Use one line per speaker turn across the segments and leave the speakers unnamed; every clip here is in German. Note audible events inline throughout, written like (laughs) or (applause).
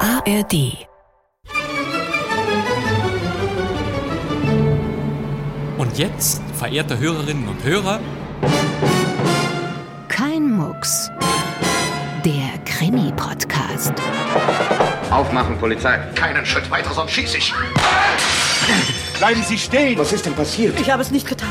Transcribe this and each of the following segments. ARD.
Und jetzt, verehrte Hörerinnen und Hörer,
Kein Mucks. Der Krimi-Podcast.
Aufmachen, Polizei.
Keinen Schritt weiter, sonst schieße ich.
Bleiben Sie stehen!
Was ist denn passiert?
Ich habe es nicht getan.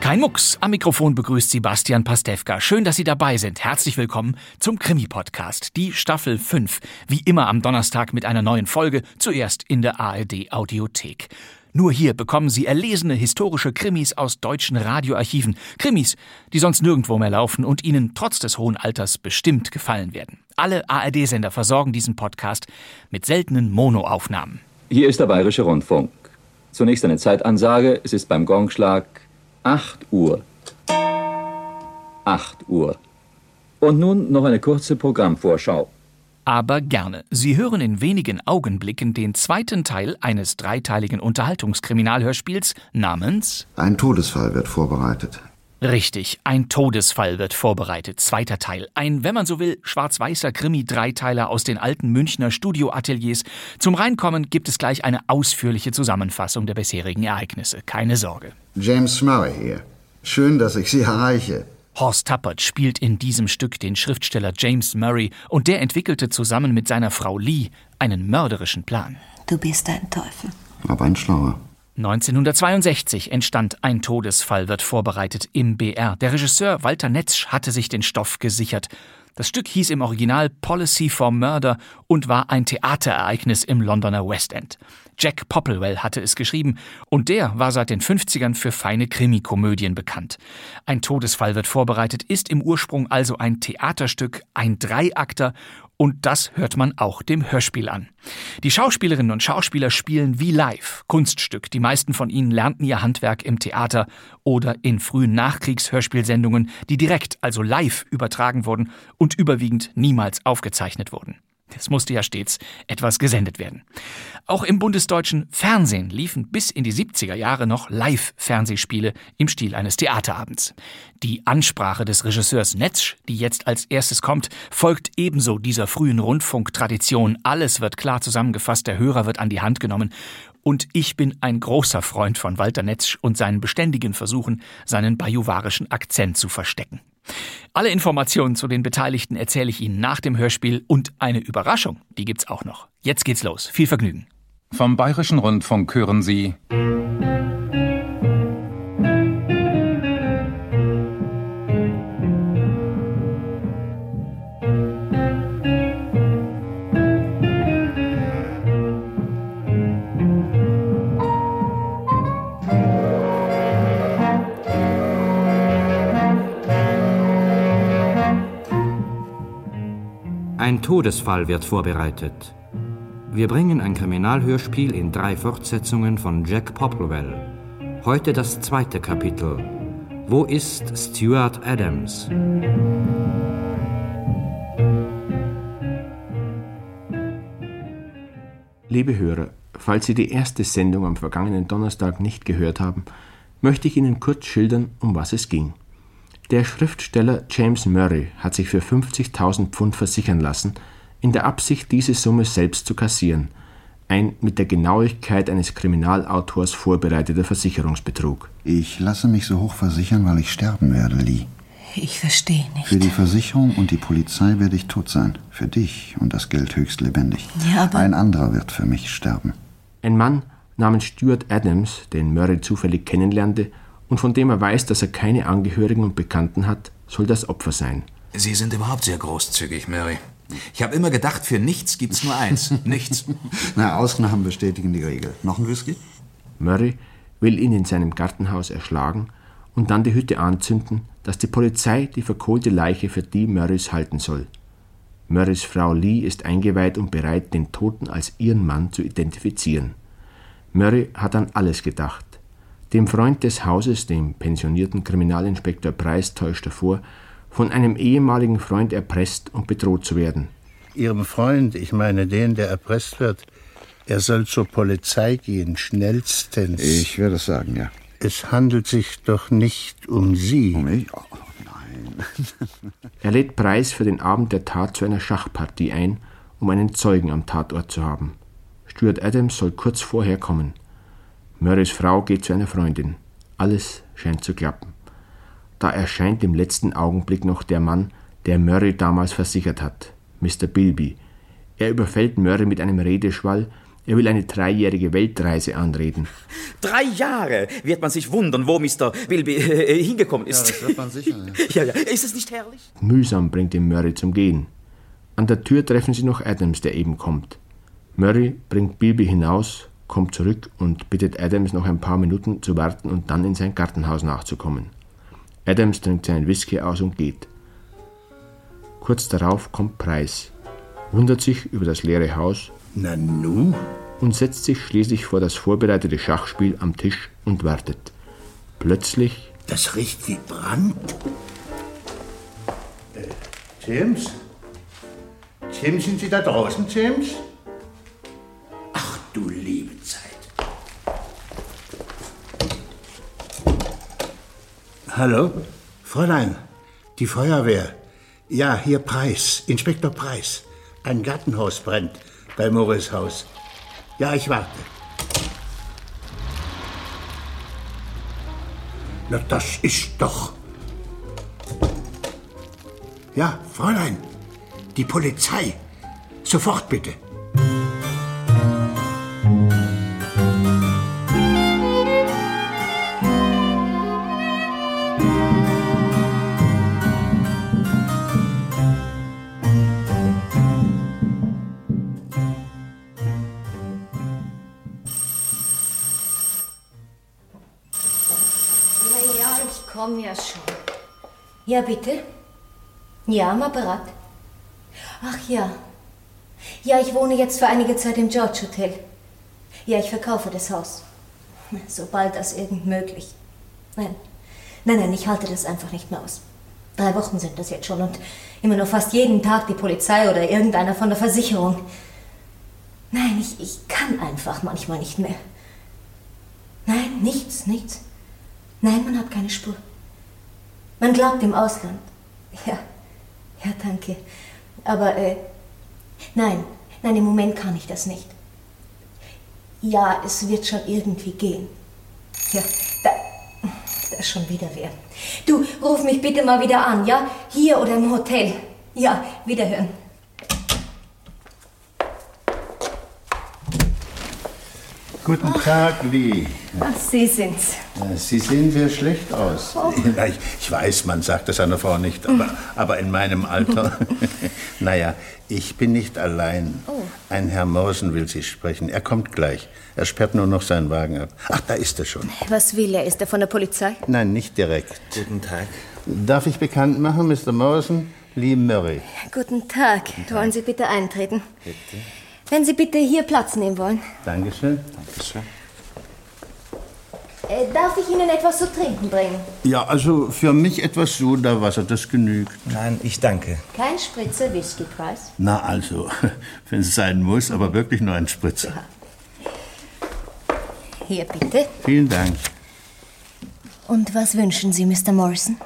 Kein Mucks. Am Mikrofon begrüßt Sebastian Pastewka. Schön, dass Sie dabei sind. Herzlich willkommen zum Krimi-Podcast, die Staffel 5. Wie immer am Donnerstag mit einer neuen Folge, zuerst in der ARD-Audiothek. Nur hier bekommen Sie erlesene historische Krimis aus deutschen Radioarchiven. Krimis, die sonst nirgendwo mehr laufen und Ihnen trotz des hohen Alters bestimmt gefallen werden. Alle ARD-Sender versorgen diesen Podcast mit seltenen Monoaufnahmen.
Hier ist der Bayerische Rundfunk. Zunächst eine Zeitansage. Es ist beim Gongschlag 8 Uhr. 8 Uhr. Und nun noch eine kurze Programmvorschau.
Aber gerne. Sie hören in wenigen Augenblicken den zweiten Teil eines dreiteiligen Unterhaltungskriminalhörspiels namens
Ein Todesfall wird vorbereitet.
Richtig, ein Todesfall wird vorbereitet. Zweiter Teil. Ein, wenn man so will, schwarz-weißer Krimi-Dreiteiler aus den alten Münchner Studioateliers. Zum Reinkommen gibt es gleich eine ausführliche Zusammenfassung der bisherigen Ereignisse. Keine Sorge.
James Murray hier. Schön, dass ich Sie erreiche.
Horst Tappert spielt in diesem Stück den Schriftsteller James Murray und der entwickelte zusammen mit seiner Frau Lee einen mörderischen Plan.
Du bist ein Teufel.
Aber ein Schlauer.
1962 entstand Ein Todesfall wird vorbereitet im BR. Der Regisseur Walter Netzsch hatte sich den Stoff gesichert. Das Stück hieß im Original Policy for Murder und war ein Theaterereignis im Londoner West End. Jack Popplewell hatte es geschrieben und der war seit den 50ern für feine Krimikomödien bekannt. Ein Todesfall wird vorbereitet ist im Ursprung also ein Theaterstück, ein Dreiakter und das hört man auch dem Hörspiel an. Die Schauspielerinnen und Schauspieler spielen wie live, Kunststück. Die meisten von ihnen lernten ihr Handwerk im Theater oder in frühen Nachkriegshörspielsendungen, die direkt, also live, übertragen wurden und überwiegend niemals aufgezeichnet wurden. Es musste ja stets etwas gesendet werden. Auch im bundesdeutschen Fernsehen liefen bis in die 70er Jahre noch Live-Fernsehspiele im Stil eines Theaterabends. Die Ansprache des Regisseurs Netzsch, die jetzt als erstes kommt, folgt ebenso dieser frühen Rundfunktradition. Alles wird klar zusammengefasst, der Hörer wird an die Hand genommen. Und ich bin ein großer Freund von Walter Netzsch und seinen beständigen Versuchen, seinen bajuwarischen Akzent zu verstecken. Alle Informationen zu den Beteiligten erzähle ich Ihnen nach dem Hörspiel und eine Überraschung, die gibt's auch noch. Jetzt geht's los. Viel Vergnügen.
Vom Bayerischen Rundfunk hören Sie
Ein Todesfall wird vorbereitet. Wir bringen ein Kriminalhörspiel in drei Fortsetzungen von Jack Popplewell. Heute das zweite Kapitel. Wo ist Stuart Adams?
Liebe Hörer, falls Sie die erste Sendung am vergangenen Donnerstag nicht gehört haben, möchte ich Ihnen kurz schildern, um was es ging. Der Schriftsteller James Murray hat sich für 50.000 Pfund versichern lassen, in der Absicht, diese Summe selbst zu kassieren. Ein mit der Genauigkeit eines Kriminalautors vorbereiteter Versicherungsbetrug.
Ich lasse mich so hoch versichern, weil ich sterben werde, Lee.
Ich verstehe
Für die
nicht.
Versicherung und die Polizei werde ich tot sein. Für dich und das Geld höchst lebendig.
Ja, aber-
Ein anderer wird für mich sterben.
Ein Mann namens Stuart Adams, den Murray zufällig kennenlernte und von dem er weiß, dass er keine Angehörigen und Bekannten hat, soll das Opfer sein.
Sie sind überhaupt sehr großzügig, Mary. Ich habe immer gedacht, für nichts gibt's nur
(laughs)
eins. nichts.
Na, Ausnahmen bestätigen die Regel. Noch ein Whisky?
Murray will ihn in seinem Gartenhaus erschlagen und dann die Hütte anzünden, dass die Polizei die verkohlte Leiche für die Murrays halten soll. Murrays Frau Lee ist eingeweiht und bereit, den Toten als ihren Mann zu identifizieren. Murray hat an alles gedacht. Dem Freund des Hauses, dem pensionierten Kriminalinspektor Preis, täuschte vor, von einem ehemaligen Freund erpresst und bedroht zu werden.
Ihrem Freund, ich meine den, der erpresst wird, er soll zur Polizei gehen, schnellstens.
Ich werde es sagen, ja.
Es handelt sich doch nicht um Sie. Um
mich?
Er lädt Preis für den Abend der Tat zu einer Schachpartie ein, um einen Zeugen am Tatort zu haben. Stuart Adams soll kurz vorher kommen. Murrays Frau geht zu einer Freundin. Alles scheint zu klappen. Da erscheint im letzten Augenblick noch der Mann, der Murray damals versichert hat, Mr. Bilby. Er überfällt Murray mit einem Redeschwall, er will eine dreijährige Weltreise anreden.
Drei Jahre wird man sich wundern, wo Mr. Wilby äh, hingekommen ist. Ja, das wird man sicher. (laughs) Ja, ja. Ist es nicht herrlich?
Mühsam bringt ihn Murray zum Gehen. An der Tür treffen sie noch Adams, der eben kommt. Murray bringt Bilby hinaus, kommt zurück und bittet Adams noch ein paar Minuten zu warten und dann in sein Gartenhaus nachzukommen. Adams trinkt seinen Whisky aus und geht. Kurz darauf kommt Price, wundert sich über das leere Haus Nanu? und setzt sich schließlich vor das vorbereitete Schachspiel am Tisch und wartet. Plötzlich
Das riecht wie Brand. Äh, James? James, sind Sie da draußen, James? Ach du liebe Zeit. Hallo? Fräulein, die Feuerwehr. Ja, hier Preis, Inspektor Preis. Ein Gartenhaus brennt bei Morris Haus. Ja, ich warte. Na, das ist doch. Ja, Fräulein, die Polizei. Sofort bitte.
Ja, ja, ich komme ja schon. Ja, bitte? Ja, am Apparat. Ach ja. Ja, ich wohne jetzt für einige Zeit im George Hotel. Ja, ich verkaufe das Haus. Sobald das irgend möglich. Nein, nein, nein, ich halte das einfach nicht mehr aus. Drei Wochen sind das jetzt schon und immer nur fast jeden Tag die Polizei oder irgendeiner von der Versicherung. Nein, ich, ich kann einfach manchmal nicht mehr. Nein, nichts, nichts. Nein, man hat keine Spur. Man glaubt im Ausland. (laughs) Ja, ja, danke. Aber, äh, nein, nein, im Moment kann ich das nicht. Ja, es wird schon irgendwie gehen. Ja, da, da ist schon wieder wer. Du, ruf mich bitte mal wieder an, ja? Hier oder im Hotel. Ja, wiederhören.
Guten Tag, Lee.
Ach, Ah, Sie sind's.
Äh, Sie sehen sehr schlecht aus. Na, ich, ich weiß, man sagt das einer Frau nicht, (laughs) aber, aber in meinem (laughs) Alter. naja, ich bin nicht allein. Ein Herr Morsen will Sie sprechen. Er kommt gleich. Er sperrt nur noch seinen Wagen ab. Ach, da ist er schon.
Was will er? Ist er von der Polizei?
Nein, nicht direkt. Guten Tag. Darf ich bekannt machen, Mr. Morrison? Lee Murray.
Guten Tag. Wollen Sie bitte eintreten? Wenn Sie bitte hier Platz nehmen wollen.
Dankeschön. Dankeschön.
Äh, darf ich Ihnen etwas zu trinken bringen?
Ja, also für mich etwas Sodawasser, das genügt. Nein, ich danke.
Kein Spritzer Whisky Price.
Na also, (laughs) wenn es sein muss, aber wirklich nur ein Spritzer.
Hier bitte.
Vielen Dank.
Und was wünschen Sie, Mr. Morrison?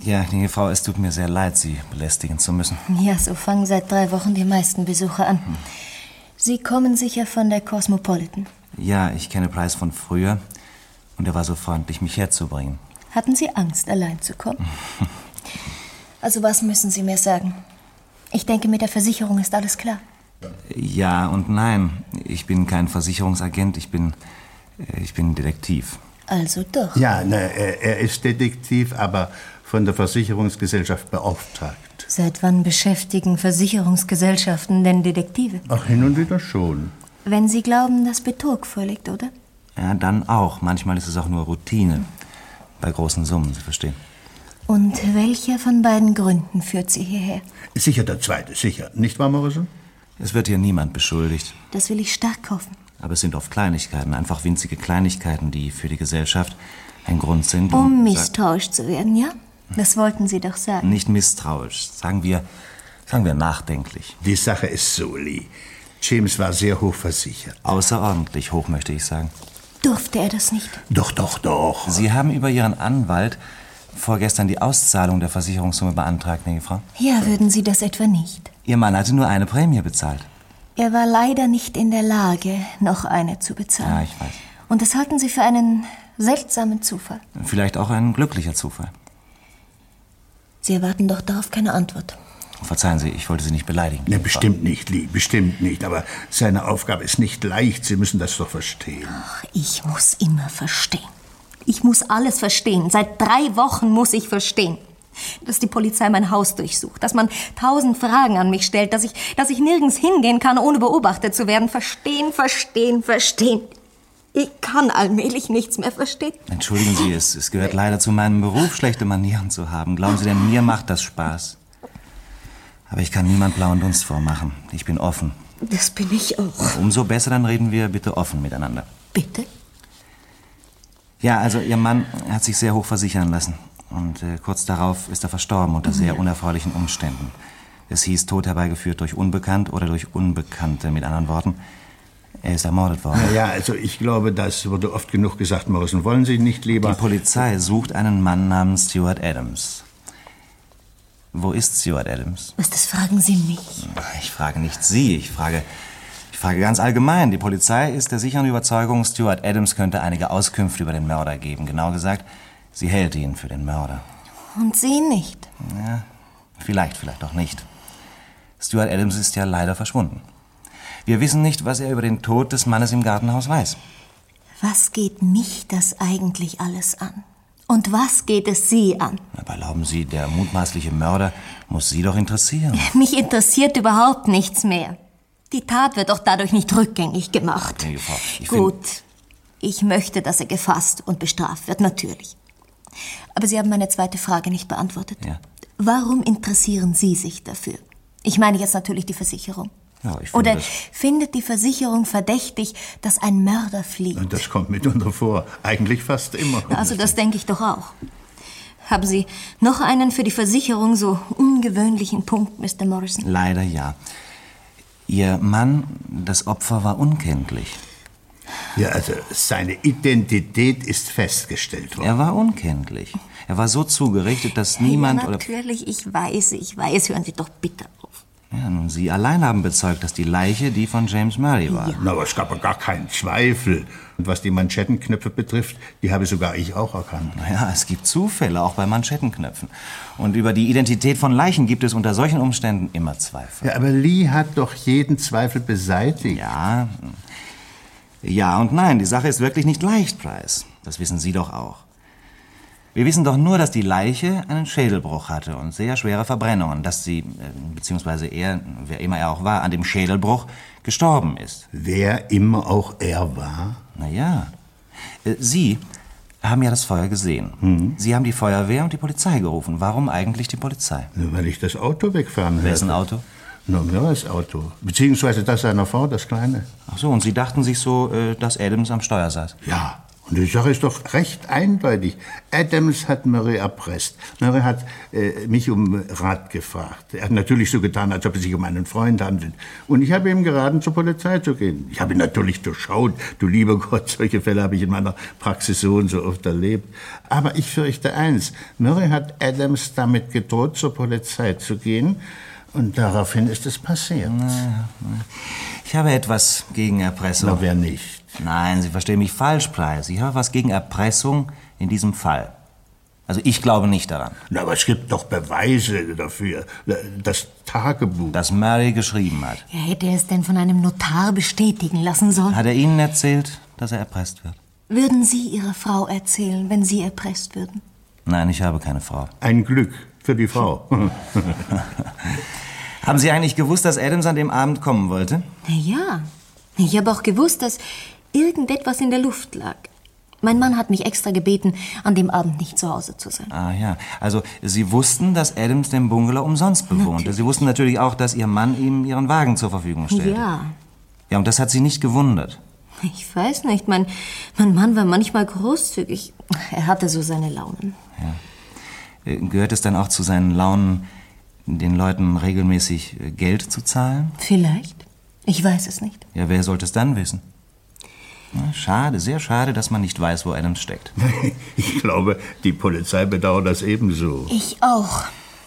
Ja, liebe Frau, es tut mir sehr leid, Sie belästigen zu müssen.
Ja, so fangen seit drei Wochen die meisten Besucher an. Sie kommen sicher von der Cosmopolitan.
Ja, ich kenne Preis von früher und er war so freundlich, mich herzubringen.
Hatten Sie Angst, allein zu (laughs) kommen? Also was müssen Sie mir sagen? Ich denke, mit der Versicherung ist alles klar.
Ja und nein. Ich bin kein Versicherungsagent, ich bin. äh, Ich bin Detektiv.
Also doch.
Ja, ne, er, er ist Detektiv, aber von der Versicherungsgesellschaft beauftragt.
Seit wann beschäftigen Versicherungsgesellschaften denn Detektive?
Ach, hin und wieder schon.
Wenn Sie glauben, dass Betrug vorliegt, oder?
Ja, dann auch. Manchmal ist es auch nur Routine. Bei großen Summen, Sie verstehen.
Und welcher von beiden Gründen führt Sie hierher?
Sicher der zweite, sicher. Nicht wahr, Morrison?
Es wird hier niemand beschuldigt.
Das will ich stark hoffen.
Aber es sind oft Kleinigkeiten, einfach winzige Kleinigkeiten, die für die Gesellschaft ein Grund sind.
Um
sa-
misstrauisch zu werden, ja? Das wollten Sie doch sagen.
Nicht misstrauisch, sagen wir, sagen wir nachdenklich.
Die Sache ist so, Lee. James war sehr hochversichert.
Außerordentlich hoch, möchte ich sagen.
Durfte er das nicht?
Doch, doch, doch. Sie haben über Ihren Anwalt vorgestern die Auszahlung der Versicherungssumme beantragt, gnädige Frau.
Ja, würden Sie das etwa nicht?
Ihr Mann hatte nur eine Prämie bezahlt.
Er war leider nicht in der Lage, noch eine zu
Ja,
bezahlen.
ich weiß.
Und das halten Sie für einen seltsamen Zufall.
Vielleicht auch ein glücklicher Zufall.
Sie erwarten doch darauf keine Antwort.
Verzeihen Sie, ich wollte Sie nicht beleidigen.
Na, Ne, bestimmt nicht, Lee, bestimmt nicht. Aber seine Aufgabe ist nicht leicht. Sie müssen das doch verstehen.
Ich muss immer verstehen. Ich muss alles verstehen. Seit drei Wochen muss ich verstehen. Dass die Polizei mein Haus durchsucht, dass man tausend Fragen an mich stellt, dass ich, dass ich nirgends hingehen kann, ohne beobachtet zu werden. Verstehen, verstehen, verstehen. Ich kann allmählich nichts mehr verstehen.
Entschuldigen Sie, es, es gehört leider zu meinem Beruf, schlechte Manieren zu haben. Glauben Sie denn, mir macht das Spaß? Aber ich kann niemand blauen Dunst vormachen. Ich bin offen.
Das bin ich auch.
Umso besser, dann reden wir bitte offen miteinander.
Bitte?
Ja, also Ihr Mann hat sich sehr hoch versichern lassen. Und äh, kurz darauf ist er verstorben unter sehr unerfreulichen Umständen. Es hieß Tod herbeigeführt durch Unbekannt oder durch Unbekannte, mit anderen Worten. Er ist ermordet worden.
Naja, also ich glaube, das wurde oft genug gesagt, Morrison. Wollen Sie nicht lieber...
Die Polizei sucht einen Mann namens Stuart Adams. Wo ist Stuart Adams?
Was, das fragen Sie mich?
Ich frage nicht Sie, ich frage, ich frage ganz allgemein. Die Polizei ist der sicheren Überzeugung, Stuart Adams könnte einige Auskünfte über den Mörder geben. Genau gesagt, sie hält ihn für den Mörder.
Und Sie nicht.
Ja, vielleicht, vielleicht auch nicht. Stuart Adams ist ja leider verschwunden. Wir wissen nicht, was er über den Tod des Mannes im Gartenhaus weiß.
Was geht mich das eigentlich alles an? Und was geht es Sie an?
Aber erlauben Sie, der mutmaßliche Mörder muss Sie doch interessieren.
Mich interessiert überhaupt nichts mehr. Die Tat wird auch dadurch nicht rückgängig gemacht.
Gnädige Frau, ich finde-
Gut, ich möchte, dass er gefasst und bestraft wird, natürlich. Aber Sie haben meine zweite Frage nicht beantwortet.
Ja.
Warum interessieren Sie sich dafür? Ich meine jetzt natürlich die Versicherung.
Ja, ich finde
Oder
das-
findet die Versicherung verdächtig, dass ein Mörder flieht?
Das kommt mitunter vor. Eigentlich fast immer.
Also das denke ich doch auch. Haben Sie noch einen für die Versicherung so ungewöhnlichen Punkt, Mr. Morrison?
Leider ja. Ihr Mann, das Opfer war unkenntlich.
Ja, also seine Identität ist festgestellt worden.
Er war unkenntlich. Er war so zugerichtet, dass niemand
ja,
oder
natürlich, ich weiß, ich weiß. Hören Sie doch bitte auf.
ja, nun, Sie allein haben bezeugt, dass die Leiche die von James Murray war.
Na, aber es gab ja gar keinen Zweifel. Und was die Manschettenknöpfe betrifft, die habe sogar ich auch erkannt.
Naja, es gibt Zufälle, auch bei Manschettenknöpfen. Und über die Identität von Leichen gibt es unter solchen Umständen immer Zweifel.
Ja, aber Lee hat doch jeden Zweifel beseitigt.
Ja. Hm. Ja und nein, die Sache ist wirklich nicht leicht, Price. Das wissen Sie doch auch. Wir wissen doch nur, dass die Leiche einen Schädelbruch hatte und sehr schwere Verbrennungen, dass sie, äh, beziehungsweise er, wer immer er auch war, an dem Schädelbruch gestorben ist.
Wer immer auch er war?
Naja. Äh, Sie haben ja das Feuer gesehen. Sie haben die Feuerwehr und die Polizei gerufen. Warum eigentlich die Polizei?
Weil ich das Auto wegfahren hörte.
Wessen Auto?
Na, Murrays Auto. Beziehungsweise das seiner Frau, das Kleine.
Ach so, und Sie dachten sich so, äh, dass Adams am Steuer saß?
Ja. Und die Sache ist doch recht eindeutig. Adams hat Murray erpresst. Murray hat äh, mich um Rat gefragt. Er hat natürlich so getan, als ob es sich um einen Freund handelt. Und ich habe ihm geraten, zur Polizei zu gehen. Ich habe ihn natürlich durchschaut. Du lieber Gott, solche Fälle habe ich in meiner Praxis so und so oft erlebt. Aber ich fürchte eins. Murray hat Adams damit gedroht, zur Polizei zu gehen. Und daraufhin ist es passiert.
Ich habe etwas gegen Erpressung.
Na, wer nicht?
Nein, Sie verstehen mich falsch, Preis. Ich habe was gegen Erpressung in diesem Fall. Also ich glaube nicht daran.
Na, aber es gibt doch Beweise dafür. Das Tagebuch.
Das Murray geschrieben hat.
Ja, hätte er es denn von einem Notar bestätigen lassen sollen?
Hat er Ihnen erzählt, dass er erpresst wird?
Würden Sie Ihrer Frau erzählen, wenn Sie erpresst würden?
Nein, ich habe keine Frau.
Ein Glück für die Frau. (laughs)
Haben Sie eigentlich gewusst, dass Adams an dem Abend kommen wollte?
Na ja, ich habe auch gewusst, dass irgendetwas in der Luft lag. Mein Mann hat mich extra gebeten, an dem Abend nicht zu Hause zu sein.
Ah ja, also Sie wussten, dass Adams den Bungalow umsonst bewohnte. Sie wussten natürlich auch, dass Ihr Mann ihm Ihren Wagen zur Verfügung stellte.
Ja,
ja, und das hat Sie nicht gewundert.
Ich weiß nicht, mein, mein Mann war manchmal großzügig. Er hatte so seine Launen.
Äh, Gehört es dann auch zu seinen Launen, den Leuten regelmäßig äh, Geld zu zahlen?
Vielleicht. Ich weiß es nicht.
Ja, wer sollte es dann wissen? Na, schade, sehr schade, dass man nicht weiß, wo Adams steckt.
Ich glaube, die Polizei bedauert das ebenso.
Ich auch.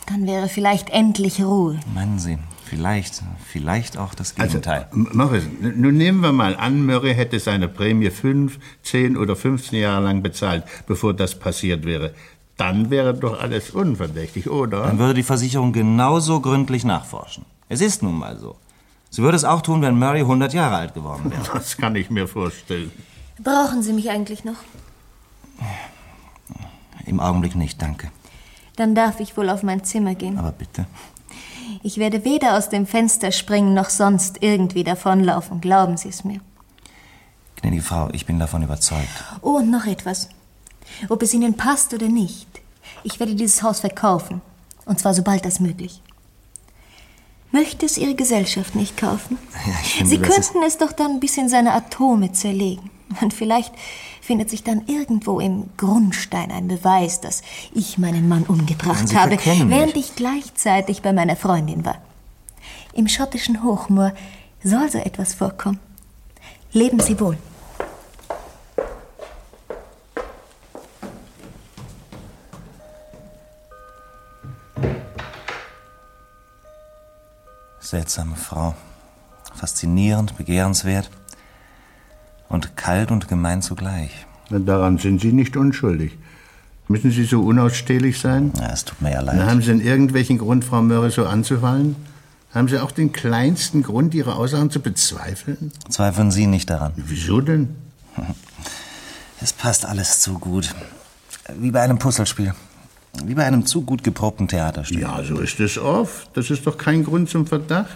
Dann wäre vielleicht endlich Ruhe.
Meinen Sie, vielleicht, vielleicht auch das
Also,
Gegenteil.
M- Morris, n- nun nehmen wir mal an, Murray hätte seine Prämie fünf, zehn oder 15 Jahre lang bezahlt, bevor das passiert wäre. Dann wäre doch alles unverdächtig, oder?
Dann würde die Versicherung genauso gründlich nachforschen. Es ist nun mal so. Sie würde es auch tun, wenn Murray 100 Jahre alt geworden wäre.
Das kann ich mir vorstellen.
Brauchen Sie mich eigentlich noch?
Im Augenblick nicht, danke.
Dann darf ich wohl auf mein Zimmer gehen.
Aber bitte.
Ich werde weder aus dem Fenster springen noch sonst irgendwie davonlaufen, glauben Sie es mir.
Gnädige Frau, ich bin davon überzeugt.
Oh, und noch etwas. Ob es Ihnen passt oder nicht, ich werde dieses Haus verkaufen. Und zwar sobald das möglich. Möchte es Ihre Gesellschaft
(laughs)
nicht kaufen?
Ich finde,
Sie
das ist-
könnten es doch dann bis in seine Atome zerlegen. Und vielleicht findet sich dann irgendwo im Grundstein ein Beweis, dass ich meinen Mann
Nein,
umgebracht
Sie
habe,
verkennen mich.
während ich gleichzeitig bei meiner Freundin war. Im schottischen Hochmoor soll so etwas vorkommen. Leben Sie wohl.
Seltsame Frau. Faszinierend, begehrenswert und kalt und gemein zugleich.
Daran sind Sie nicht unschuldig. Müssen Sie so unausstehlich sein?
Na, es tut mir ja leid.
Na, haben Sie denn irgendwelchen Grund, Frau Mörre so anzufallen? Haben Sie auch den kleinsten Grund, Ihre Aussagen zu bezweifeln?
Zweifeln Sie nicht daran.
Wieso denn?
Es passt alles zu gut. Wie bei einem Puzzlespiel. Wie bei einem zu gut geprobten Theaterstück.
Ja, so ist es oft. Das ist doch kein Grund zum Verdacht.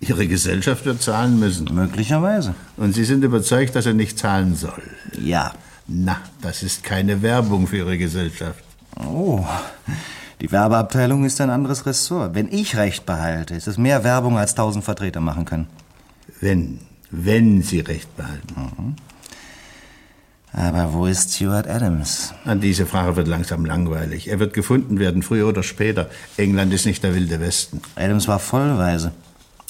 Ihre Gesellschaft wird zahlen müssen.
Möglicherweise.
Und Sie sind überzeugt, dass er nicht zahlen soll.
Ja.
Na, das ist keine Werbung für Ihre Gesellschaft.
Oh, die Werbeabteilung ist ein anderes Ressort. Wenn ich recht behalte, ist es mehr Werbung, als tausend Vertreter machen können.
Wenn, wenn Sie recht behalten.
Mhm. Aber wo ist Stuart Adams?
An diese Frage wird langsam langweilig. Er wird gefunden werden, früher oder später. England ist nicht der wilde Westen.
Adams war vollweise.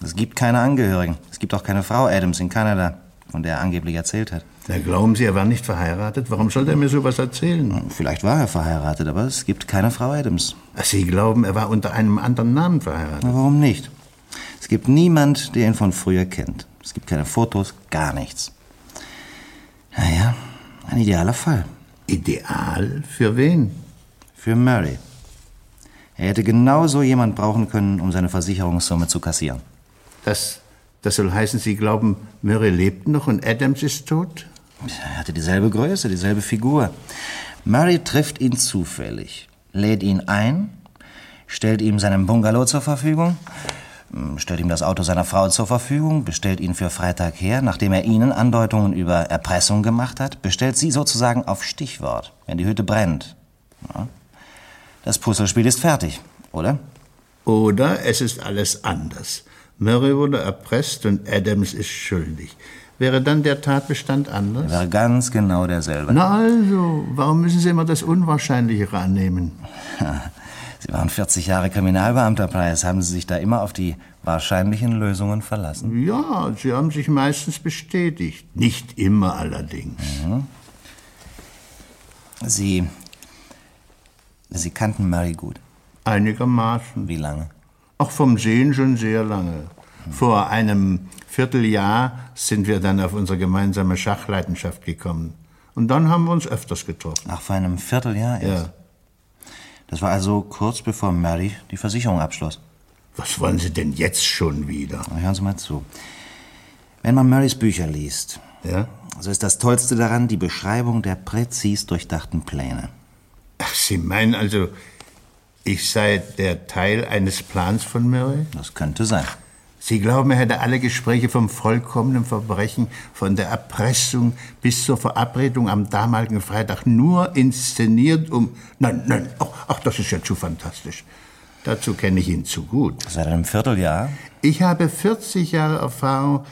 Es gibt keine Angehörigen. Es gibt auch keine Frau Adams in Kanada, von der er angeblich erzählt hat.
Na, glauben Sie, er war nicht verheiratet? Warum sollte er mir sowas erzählen?
Hm, Vielleicht war er verheiratet, aber es gibt keine Frau Adams.
Sie glauben, er war unter einem anderen Namen verheiratet?
Na, warum nicht? Es gibt niemand, der ihn von früher kennt. Es gibt keine Fotos, gar nichts. Naja, ein idealer Fall.
Ideal für wen?
Für Murray. Er hätte genauso jemand brauchen können, um seine Versicherungssumme zu kassieren.
Das, das soll heißen, Sie glauben, Murray lebt noch und Adams ist tot?
Er hatte dieselbe Größe, dieselbe Figur. Murray trifft ihn zufällig, lädt ihn ein, stellt ihm seinen Bungalow zur Verfügung, mh, stellt ihm das Auto seiner Frau zur Verfügung, bestellt ihn für Freitag her, nachdem er ihnen Andeutungen über Erpressung gemacht hat, bestellt sie sozusagen auf Stichwort, wenn die Hütte brennt. Ja. Das Puzzlespiel ist fertig, oder?
Oder es ist alles anders. Murray wurde erpresst und Adams ist schuldig. Wäre dann der Tatbestand anders?
Wäre ganz genau derselbe.
Na also, warum müssen Sie immer das Unwahrscheinlichere annehmen?
Sie waren 40 Jahre Kriminalbeamter, Price. Haben Sie sich da immer auf die wahrscheinlichen Lösungen verlassen?
Ja, Sie haben sich meistens bestätigt. Nicht immer allerdings.
Sie. Sie kannten Murray gut.
Einigermaßen.
Wie lange?
Auch vom Sehen schon sehr lange. Vor einem Vierteljahr sind wir dann auf unsere gemeinsame Schachleidenschaft gekommen. Und dann haben wir uns öfters getroffen.
Nach vor einem Vierteljahr erst.
Ja.
Das war also kurz bevor Murray die Versicherung abschloss.
Was wollen Sie denn jetzt schon wieder?
Na, Hören Sie mal zu. Wenn man Murrays Bücher liest, so Also ist das Tollste daran die Beschreibung der präzis durchdachten Pläne.
Ach, Sie meinen also, ich sei der Teil eines Plans von Murray?
Das könnte sein.
Sie glauben, er hätte alle Gespräche vom vollkommenen Verbrechen, von der Erpressung bis zur Verabredung am damaligen Freitag nur inszeniert, um. Nein, nein, ach, ach das ist ja zu fantastisch. Dazu kenne ich ihn zu gut.
Seit einem Vierteljahr?
Ich habe 40 Jahre Erfahrung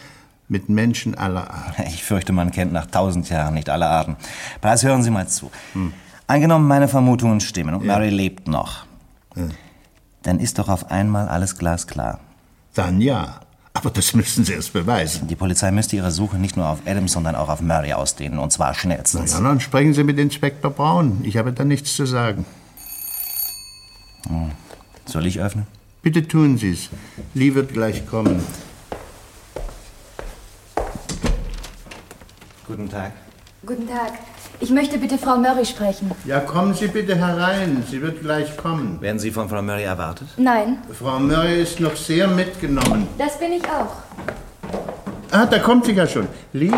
Mit Menschen aller Art. Ich fürchte, man kennt nach tausend Jahren nicht alle Arten. Preis, hören Sie mal zu. Angenommen, meine Vermutungen stimmen und Mary lebt noch. Dann ist doch auf einmal alles glasklar. Dann ja. Aber das müssen Sie erst beweisen. Die Polizei müsste ihre Suche nicht nur auf Adams, sondern auch auf Murray ausdehnen. Und zwar schnellstens.
Ja, dann sprechen Sie mit Inspektor Braun. Ich habe da nichts zu sagen.
Hm. Soll ich öffnen?
Bitte tun Sie's. Lee wird gleich kommen.
Guten Tag.
Guten Tag. Ich möchte bitte Frau Murray sprechen.
Ja, kommen Sie bitte herein. Sie wird gleich kommen.
Werden Sie von Frau Murray erwartet?
Nein,
Frau Murray ist noch sehr mitgenommen.
das bin ich auch.
Ah, da kommt sie ja schon. Lee,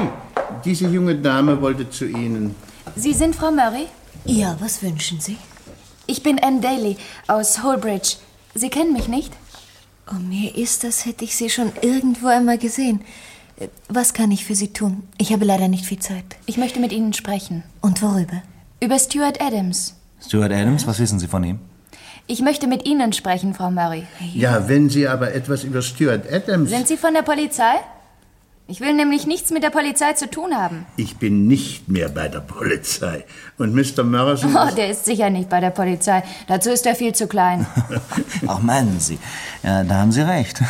diese junge Dame wollte zu Ihnen.
Sie sind Frau Murray? Ja, was wünschen Sie? Ich bin Anne Daly aus Holbridge. Sie kennen mich nicht?
Oh, mir ist, als hätte ich Sie schon irgendwo einmal gesehen. Äh, Was kann ich für Sie tun? Ich habe leider nicht viel Zeit.
Ich möchte mit Ihnen sprechen.
Und worüber?
Über Stuart Adams.
Stuart Adams, was wissen Sie von ihm?
Ich möchte mit Ihnen sprechen, Frau Murray.
Ja, wenn Sie aber etwas über Stuart Adams.
Sind Sie von der Polizei? Ich will nämlich nichts mit der Polizei zu tun haben.
Ich bin nicht mehr bei der Polizei. Und Mr. Morrison.
Oh,
Also-
ist-
der ist sicher nicht bei der Polizei. Dazu ist er viel zu klein.
(laughs) Ach, meinen Sie. Ja, da haben Sie recht.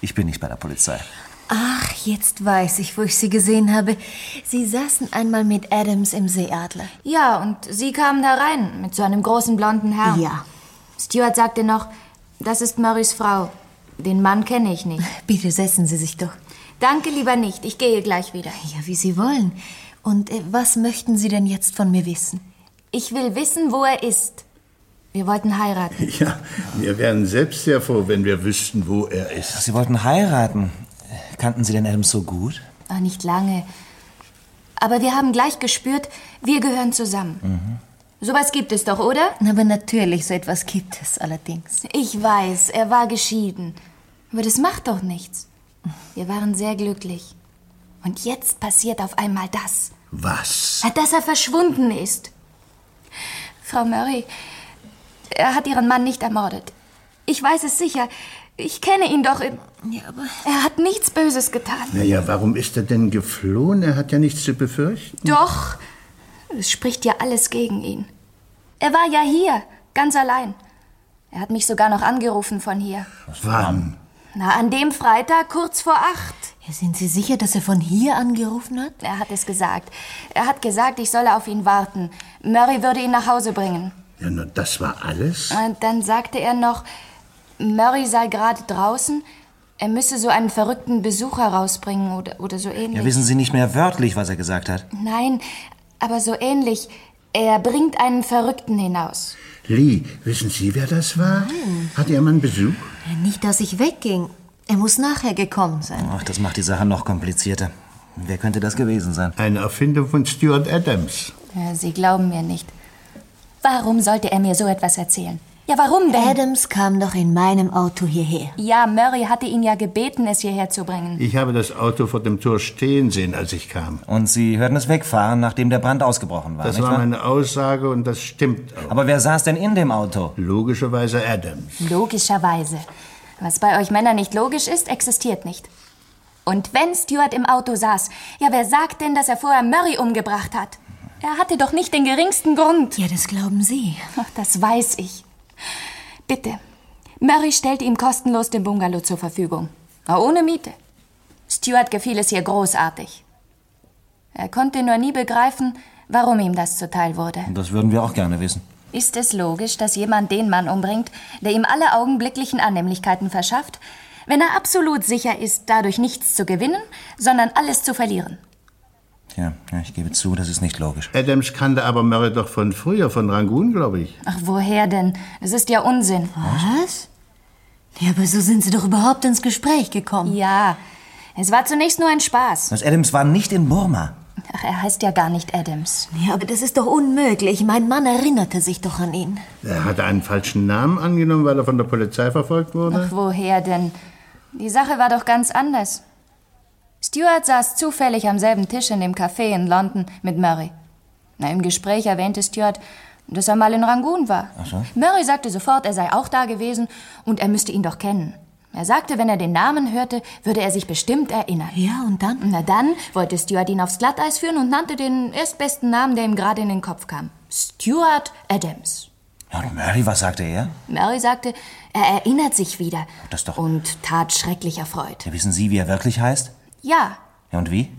Ich bin nicht bei der Polizei.
Ach, jetzt weiß ich, wo ich Sie gesehen habe. Sie saßen einmal mit Adams im Seeadler.
Ja, und Sie kamen da rein mit so einem großen blonden Herrn.
Ja.
Stuart sagte noch, das ist Murrays Frau. Den Mann kenne ich nicht.
(laughs) Bitte setzen Sie sich doch.
Danke lieber nicht, ich gehe gleich wieder.
Ja, wie Sie wollen. Und äh, was möchten Sie denn jetzt von mir wissen?
Ich will wissen, wo er ist. Wir wollten heiraten.
Ja, wir wären selbst sehr froh, wenn wir wüssten, wo er ist.
Sie wollten heiraten. Kannten Sie denn Adams so gut?
Ach, nicht lange. Aber wir haben gleich gespürt, wir gehören zusammen. Sowas gibt es doch, oder?
Mhm. Aber natürlich, so etwas gibt es allerdings.
Ich weiß, er war geschieden. Aber das macht doch nichts. Wir waren sehr glücklich. Und jetzt passiert auf einmal das.
Was?
Ja, Dass er verschwunden ist. Frau Murray, er hat Ihren Mann nicht ermordet. Ich weiß es sicher. Ich kenne ihn doch. er hat nichts Böses getan.
Naja, warum ist er denn geflohen? Er hat ja nichts zu befürchten.
Doch, es spricht ja alles gegen ihn. Er war ja hier, ganz allein. Er hat mich sogar noch angerufen von hier.
Wann?
Na, an dem Freitag kurz vor acht.
Sind Sie sicher, dass er von hier angerufen hat?
Er hat es gesagt. Er hat gesagt, ich solle auf ihn warten. Murray würde ihn nach Hause bringen.
Ja, na, das war alles?
Und dann sagte er noch, Murray sei gerade draußen. Er müsse so einen verrückten Besucher rausbringen oder, oder so ähnlich.
Ja, wissen Sie nicht mehr wörtlich, was er gesagt hat?
Nein, aber so ähnlich. Er bringt einen Verrückten hinaus.
Lee, wissen Sie, wer das war? Hat Ihr Mann Besuch?
Nicht, dass ich wegging. Er muss nachher gekommen sein.
Ach, das macht die Sache noch komplizierter. Wer könnte das gewesen sein?
Eine Erfindung von Stuart Adams.
Ja, Sie glauben mir nicht. Warum sollte er mir so etwas erzählen? Ja, warum denn?
Adams kam doch in meinem Auto hierher.
Ja, Murray hatte ihn ja gebeten, es hierher zu bringen.
Ich habe das Auto vor dem Tor stehen sehen, als ich kam.
Und Sie hörten es wegfahren, nachdem der Brand ausgebrochen war,
Das
nicht
war
wahr?
meine Aussage und das stimmt auch.
Aber wer saß denn in dem Auto?
Logischerweise Adams.
Logischerweise. Was bei euch Männern nicht logisch ist, existiert nicht. Und wenn Stuart im Auto saß, ja, wer sagt denn, dass er vorher Murray umgebracht hat? Er hatte doch nicht den geringsten Grund.
Ja, das glauben Sie.
Ach, das weiß ich. Bitte. Murray stellte ihm kostenlos den Bungalow zur Verfügung. Na, ohne Miete. Stuart gefiel es hier großartig. Er konnte nur nie begreifen, warum ihm das zuteil wurde.
Das würden wir auch gerne wissen.
Ist es logisch, dass jemand den Mann umbringt, der ihm alle augenblicklichen Annehmlichkeiten verschafft, wenn er absolut sicher ist, dadurch nichts zu gewinnen, sondern alles zu verlieren?
Tja, ja, ich gebe zu, das ist nicht logisch.
Adams kannte aber Murray doch von früher, von Rangoon, glaube ich.
Ach, woher denn? Es ist ja Unsinn.
Was? Ja, aber so sind Sie doch überhaupt ins Gespräch gekommen.
Ja, es war zunächst nur ein Spaß.
Das Adams war nicht in Burma.
Ach, er heißt ja gar nicht Adams.
Ja, aber das ist doch unmöglich. Mein Mann erinnerte sich doch an ihn.
Er hatte einen falschen Namen angenommen, weil er von der Polizei verfolgt wurde.
Ach, woher denn? Die Sache war doch ganz anders. Stuart saß zufällig am selben Tisch in dem Café in London mit Murray. Na, im Gespräch erwähnte Stuart, dass er mal in Rangoon war.
Ach so.
Murray sagte sofort, er sei auch da gewesen und er müsste ihn doch kennen.
Er sagte, wenn er den Namen hörte, würde er sich bestimmt erinnern. Ja, und dann? Na dann wollte Stuart ihn aufs Glatteis führen und nannte den erstbesten Namen, der ihm gerade in den Kopf kam. Stuart Adams.
Ja, und Mary, was sagte er?
Mary sagte, er erinnert sich wieder
Das ist doch.
und tat schrecklich erfreut.
Ja, wissen Sie, wie er wirklich heißt?
Ja,
Ja, und wie?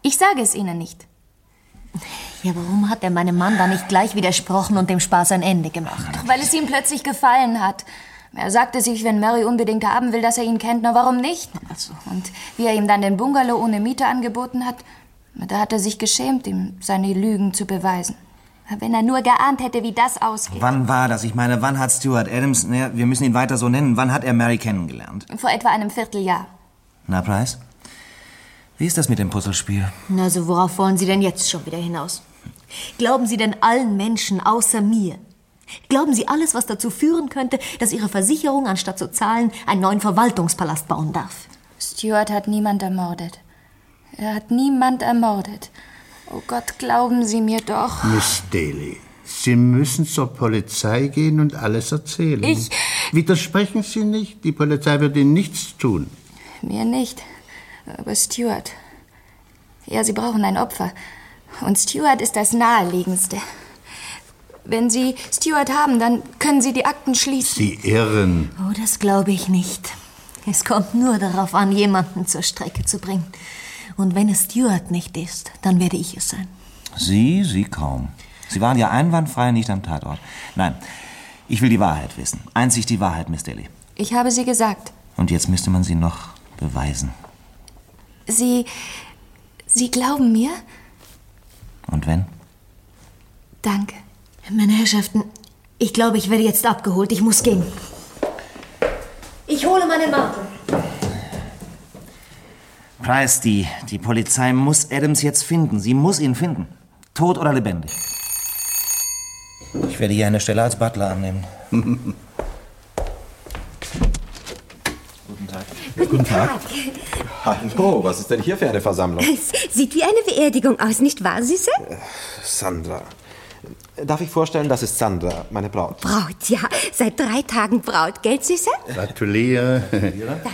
ich sage es Ihnen nicht.
Ja, warum hat er meinem Mann da nicht gleich widersprochen und dem Spaß ein Ende gemacht?
Weil es ihm plötzlich gefallen hat. Er sagte sich, wenn Mary unbedingt haben will, dass er ihn kennt, na warum nicht? Also, Und wie er ihm dann den Bungalow ohne Miete angeboten hat, da hat er sich geschämt, ihm seine Lügen zu beweisen.
Wenn er nur geahnt hätte, wie das ausgeht.
Wann war das? Ich meine, wann hat Stuart Adams, naja, wir müssen ihn weiter so nennen, wann hat er Mary kennengelernt?
Vor etwa einem Vierteljahr.
Na, Price? Wie ist das mit dem Puzzlespiel?
Na, Also worauf wollen Sie denn jetzt schon wieder hinaus? Glauben Sie denn allen Menschen außer mir? Glauben Sie alles, was dazu führen könnte, dass Ihre Versicherung anstatt zu zahlen einen neuen Verwaltungspalast bauen darf?
Stuart hat niemand ermordet. Er hat niemand ermordet. Oh Gott, glauben Sie mir doch.
Miss Daly, Sie müssen zur Polizei gehen und alles erzählen.
Ich-
Widersprechen Sie nicht, die Polizei wird Ihnen nichts tun.
Mir nicht. Aber Stuart. Ja, Sie brauchen ein Opfer. Und Stuart ist das Naheliegendste. Wenn Sie Stuart haben, dann können Sie die Akten schließen.
Sie irren.
Oh, das glaube ich nicht. Es kommt nur darauf an, jemanden zur Strecke zu bringen. Und wenn es Stuart nicht ist, dann werde ich es sein.
Sie, sie kaum. Sie waren ja einwandfrei nicht am Tatort. Nein, ich will die Wahrheit wissen. Einzig die Wahrheit, Miss Daly.
Ich habe sie gesagt.
Und jetzt müsste man sie noch beweisen.
Sie. Sie glauben mir?
Und wenn?
Danke.
Meine Herrschaften, ich glaube, ich werde jetzt abgeholt. Ich muss gehen. Ich hole meinen Mantel.
Price, die, die Polizei muss Adams jetzt finden. Sie muss ihn finden. Tot oder lebendig. Ich werde hier eine Stelle als Butler annehmen.
Guten Tag.
Guten Tag.
Hallo, was ist denn hier für eine Versammlung?
Es sieht wie eine Beerdigung aus, nicht wahr, Süße?
Sandra. Darf ich vorstellen, das ist Sandra, meine Braut.
Braut, ja. Seit drei Tagen Braut, gell, Süße?
Gratuliere.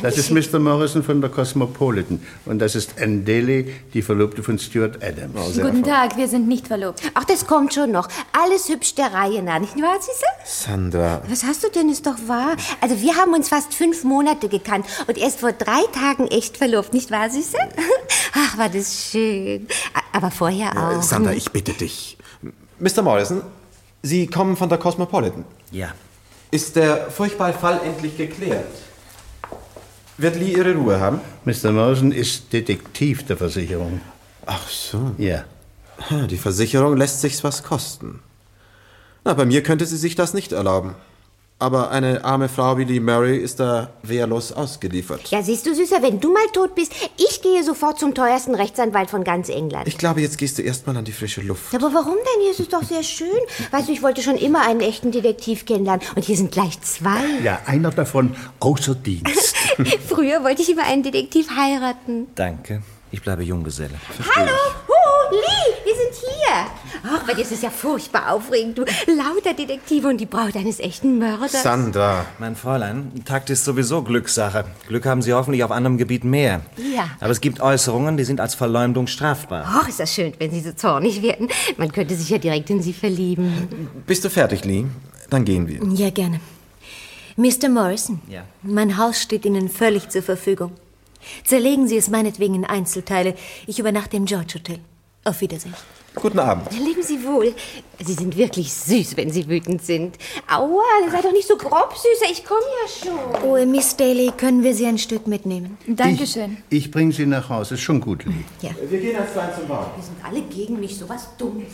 Das ist Mr. Morrison von der Cosmopolitan. Und das ist Anne Daly, die Verlobte von Stuart Adams.
Guten Tag, wir sind nicht verlobt. Ach, das kommt schon noch. Alles hübsch der Reihe nach, nicht wahr, Süße?
Sandra.
Was hast du denn, ist doch wahr. Also wir haben uns fast fünf Monate gekannt und erst vor drei Tagen echt verlobt, nicht wahr, Süße? Ach, war das schön. A- Aber vorher
Äh,
auch.
Sandra, ich bitte dich. Mr. Morrison, Sie kommen von der Cosmopolitan.
Ja.
Ist der furchtbare Fall endlich geklärt? Wird Lee ihre Ruhe haben?
Mr. Morrison ist Detektiv der Versicherung.
Ach so.
Ja.
Ah, Die Versicherung lässt sich's was kosten. Na, bei mir könnte sie sich das nicht erlauben. Aber eine arme Frau wie die Mary ist da wehrlos ausgeliefert.
Ja, siehst du, Süßer, wenn du mal tot bist, ich gehe sofort zum teuersten Rechtsanwalt von ganz England.
Ich glaube, jetzt gehst du erstmal an die frische Luft.
Aber warum denn? Hier ist es doch sehr schön. Weißt du, ich wollte schon immer einen echten Detektiv kennenlernen. Und hier sind gleich zwei.
Ja, einer davon außer Dienst.
Früher wollte ich immer einen Detektiv heiraten.
Danke. Ich bleibe Junggeselle.
Hallo, Huhu, Lee, wir sind hier. Ach, bei dir ist es ja furchtbar aufregend. Du lauter Detektive und die Braut eines echten Mörders.
Sandra.
Mein Fräulein, Takt ist sowieso Glückssache. Glück haben Sie hoffentlich auf anderem Gebiet mehr.
Ja.
Aber es gibt Äußerungen, die sind als Verleumdung strafbar.
Och, ist das schön, wenn sie so zornig werden. Man könnte sich ja direkt in sie verlieben.
Bist du fertig, Lee? Dann gehen wir.
Ja, gerne. Mr. Morrison,
Ja.
mein Haus steht Ihnen völlig zur Verfügung. Zerlegen Sie es meinetwegen in Einzelteile. Ich übernachte im George Hotel. Auf Wiedersehen.
Guten Abend.
Leben Sie wohl. Sie sind wirklich süß, wenn Sie wütend sind. Aua, sei doch nicht so grob, Süßer. Ich komme ja schon.
Oh, Miss Daly, können wir Sie ein Stück mitnehmen?
Dankeschön.
Ich bringe Sie nach Hause. Ist schon gut, Lee.
Ja.
Wir gehen als Wein zum Wagen.
Wir sind alle gegen mich, sowas Dummes.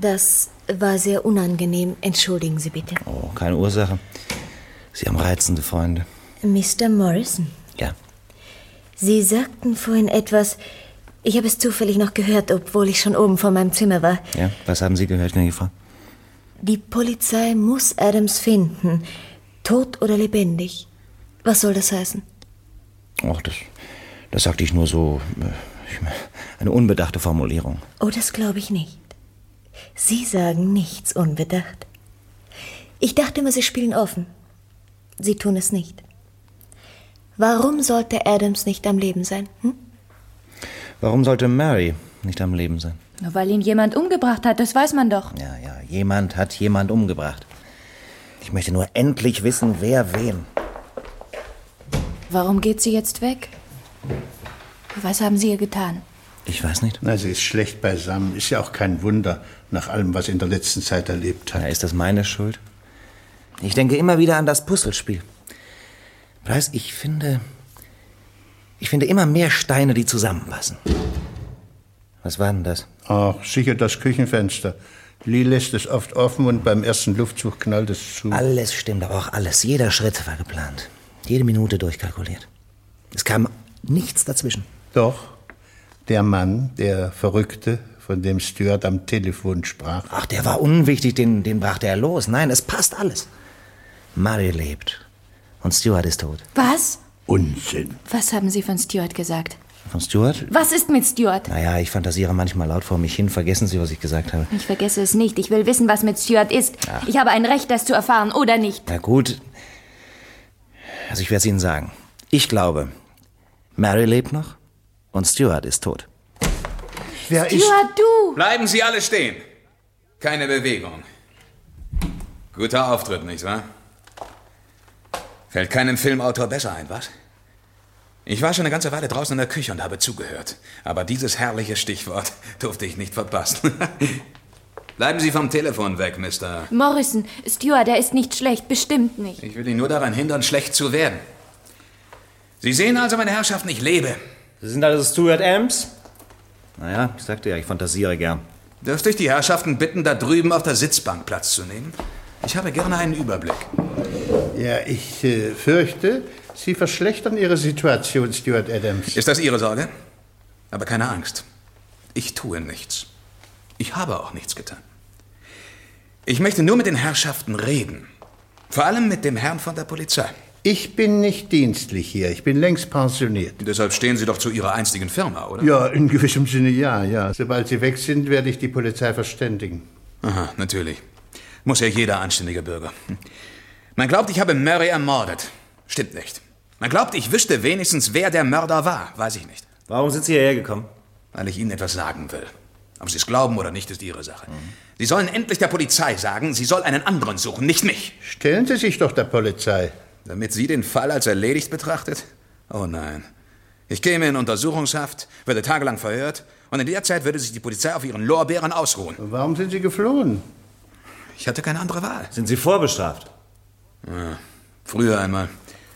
Das war sehr unangenehm. Entschuldigen Sie bitte.
Oh, keine Ursache. Sie haben reizende Freunde.
Mr. Morrison,
Ja.
Sie sagten vorhin etwas. Ich habe es zufällig noch gehört, obwohl ich schon oben vor meinem Zimmer war.
Ja, was haben Sie gehört, gnädige Frau?
Die Polizei muss Adams finden. Tot oder lebendig. Was soll das heißen?
Ach, das, das sagte ich nur so. äh, Ich, meine, eine unbedachte Formulierung.
Oh, das glaube ich nicht.
Sie sagen nichts unbedacht. Ich dachte immer, Sie spielen offen. Sie tun es nicht. Warum sollte Adams nicht am Leben sein? Hm?
Warum sollte Mary nicht am Leben sein?
Nur weil ihn jemand umgebracht hat, das weiß man doch.
Ja, ja, jemand hat jemand umgebracht. Ich möchte nur endlich wissen, wer wen.
Warum geht sie jetzt weg? Was haben sie ihr getan?
Ich weiß nicht.
Na, sie ist schlecht beisammen. Ist ja auch kein Wunder, nach allem, was sie in der letzten Zeit erlebt hat.
ist das meine Schuld? Ich denke immer wieder an das Puzzlespiel. Preis, ich finde. Ich finde immer mehr Steine, die zusammenpassen. Was war denn das?
Ach, sicher das Küchenfenster. Lee lässt es oft offen und beim ersten Luftzug knallt es zu.
Alles stimmt, aber auch alles. Jeder Schritt war geplant. Jede Minute durchkalkuliert. Es kam nichts dazwischen.
Doch, der Mann, der Verrückte, von dem Stuart am Telefon sprach.
Ach, der war unwichtig, den, den brachte er los. Nein, es passt alles. Murray lebt. Und Stuart ist tot.
Was?
Unsinn.
Was haben sie von Stuart gesagt?
Von Stuart?
Was ist mit Stuart?
Naja, ich fantasiere manchmal laut vor mich hin. Vergessen Sie, was ich gesagt habe.
Ich vergesse es nicht. Ich will wissen, was mit Stuart ist. Ich habe ein Recht, das zu erfahren, oder nicht?
Na gut. Also ich werde es Ihnen sagen. Ich glaube, Mary lebt noch und Stuart ist tot.
Wer
Stuart, du!
Bleiben Sie alle stehen. Keine Bewegung. Guter Auftritt, nicht wahr? Fällt keinem Filmautor besser ein, was? Ich war schon eine ganze Weile draußen in der Küche und habe zugehört. Aber dieses herrliche Stichwort (laughs) durfte ich nicht verpassen. (laughs) Bleiben Sie vom Telefon weg, Mister.
Morrison, Stuart, er ist nicht schlecht. Bestimmt nicht.
Ich will ihn nur daran hindern, schlecht zu werden. Sie sehen also, meine Herrschaften, ich lebe.
Sie sind also Stuart Amps? Naja, ich sagte ja, ich fantasiere gern.
Dürfte ich die Herrschaften bitten, da drüben auf der Sitzbank Platz zu nehmen? Ich habe gerne einen Überblick.
Ja, ich äh, fürchte, Sie verschlechtern Ihre Situation, Stuart Adams.
Ist das Ihre Sorge? Aber keine Angst. Ich tue nichts. Ich habe auch nichts getan. Ich möchte nur mit den Herrschaften reden. Vor allem mit dem Herrn von der Polizei.
Ich bin nicht dienstlich hier. Ich bin längst pensioniert.
Deshalb stehen Sie doch zu Ihrer einstigen Firma, oder?
Ja, in gewissem Sinne ja, ja. Sobald Sie weg sind, werde ich die Polizei verständigen.
Aha, Ah, natürlich. Muss ja jeder anständige Bürger. Man glaubt, ich habe Murray ermordet. Stimmt nicht. Man glaubt, ich wüsste wenigstens, wer der Mörder war. Weiß ich nicht.
Warum sind Sie hierher gekommen?
Weil ich Ihnen etwas sagen will. Ob Sie es glauben oder nicht, ist Ihre Sache. Sie sollen endlich der Polizei sagen, sie soll einen anderen suchen, nicht mich.
Stellen Sie sich doch der Polizei.
Damit sie den Fall als erledigt betrachtet? Oh nein. Ich käme in Untersuchungshaft, werde tagelang verhört und in der Zeit würde sich die Polizei auf ihren Lorbeeren ausruhen.
Warum sind Sie geflohen?
Ich hatte keine andere Wahl.
Sind Sie vorbestraft?
Ja, früher einmal.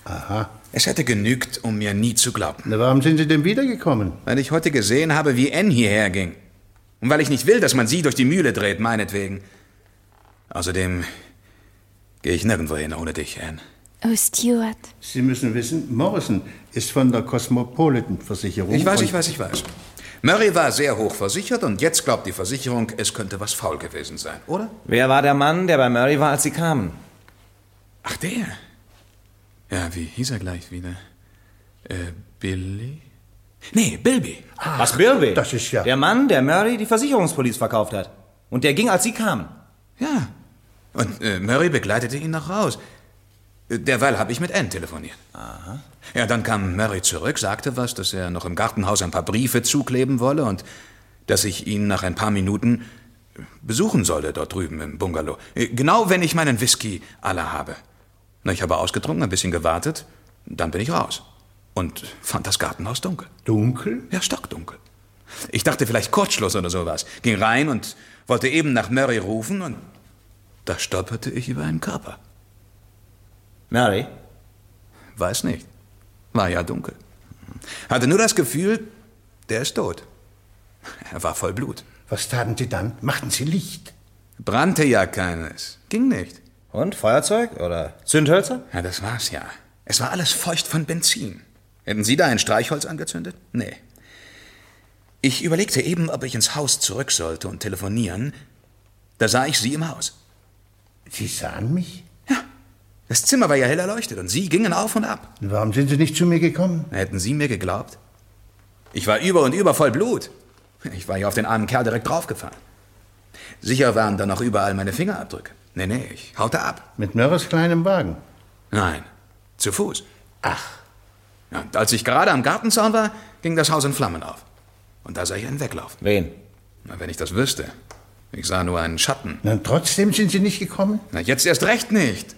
Aha.
Es hätte genügt, um mir nie zu glauben.
Na, warum sind Sie denn wiedergekommen?
Weil ich heute gesehen habe, wie Anne hierher ging. Und weil ich nicht will, dass man sie durch die Mühle dreht, meinetwegen. Außerdem gehe ich nirgendwo hin ohne dich, Anne.
Oh, Stuart.
Sie müssen wissen, Morrison ist von der Cosmopolitan-Versicherung.
Ich weiß,
und-
ich weiß, ich weiß. Murray war sehr hoch versichert und jetzt glaubt die Versicherung, es könnte was faul gewesen sein, oder?
Wer war der Mann, der bei Murray war, als Sie kamen?
Ach, der? Ja, wie hieß er gleich wieder? Äh, Billy? Nee, Bilby.
Was, Bilby?
Das ist ja...
Der Mann, der Murray die Versicherungspolice verkauft hat. Und der ging, als Sie kamen.
Ja. Und äh, Murray begleitete ihn noch raus. Äh, Derweil habe ich mit Anne telefoniert. Aha. Ja, dann kam Murray zurück, sagte was, dass er noch im Gartenhaus ein paar Briefe zukleben wolle und dass ich ihn nach ein paar Minuten besuchen sollte dort drüben im Bungalow. Äh, Genau wenn ich meinen Whisky alle habe. Na, ich habe ausgetrunken, ein bisschen gewartet, dann bin ich raus. Und fand das Gartenhaus dunkel.
Dunkel?
Ja, stockdunkel. Ich dachte vielleicht Kurzschluss oder sowas. Ging rein und wollte eben nach Murray rufen und da stolperte ich über einen Körper.
Murray?
Weiß nicht. War ja dunkel. Hatte nur das Gefühl, der ist tot. Er war voll Blut.
Was taten Sie dann? Machten Sie Licht?
Brannte ja keines. Ging nicht.
Und? Feuerzeug? Oder Zündhölzer?
Ja, das war's ja. Es war alles feucht von Benzin. Hätten Sie da ein Streichholz angezündet? Nee. Ich überlegte eben, ob ich ins Haus zurück sollte und telefonieren. Da sah ich Sie im Haus.
Sie sahen mich?
Das Zimmer war ja hell erleuchtet und Sie gingen auf und ab.
Warum sind Sie nicht zu mir gekommen?
Hätten Sie mir geglaubt? Ich war über und über voll Blut. Ich war ja auf den armen Kerl direkt draufgefahren. Sicher waren da noch überall meine Fingerabdrücke. Nee, nee, ich haute ab.
Mit Mörres kleinem Wagen?
Nein, zu Fuß. Ach. Ja, und als ich gerade am Gartenzaun war, ging das Haus in Flammen auf. Und da sah ich einen weglaufen.
Wen?
Na, wenn ich das wüsste. Ich sah nur einen Schatten.
Na, trotzdem sind Sie nicht gekommen?
Na, jetzt erst recht nicht.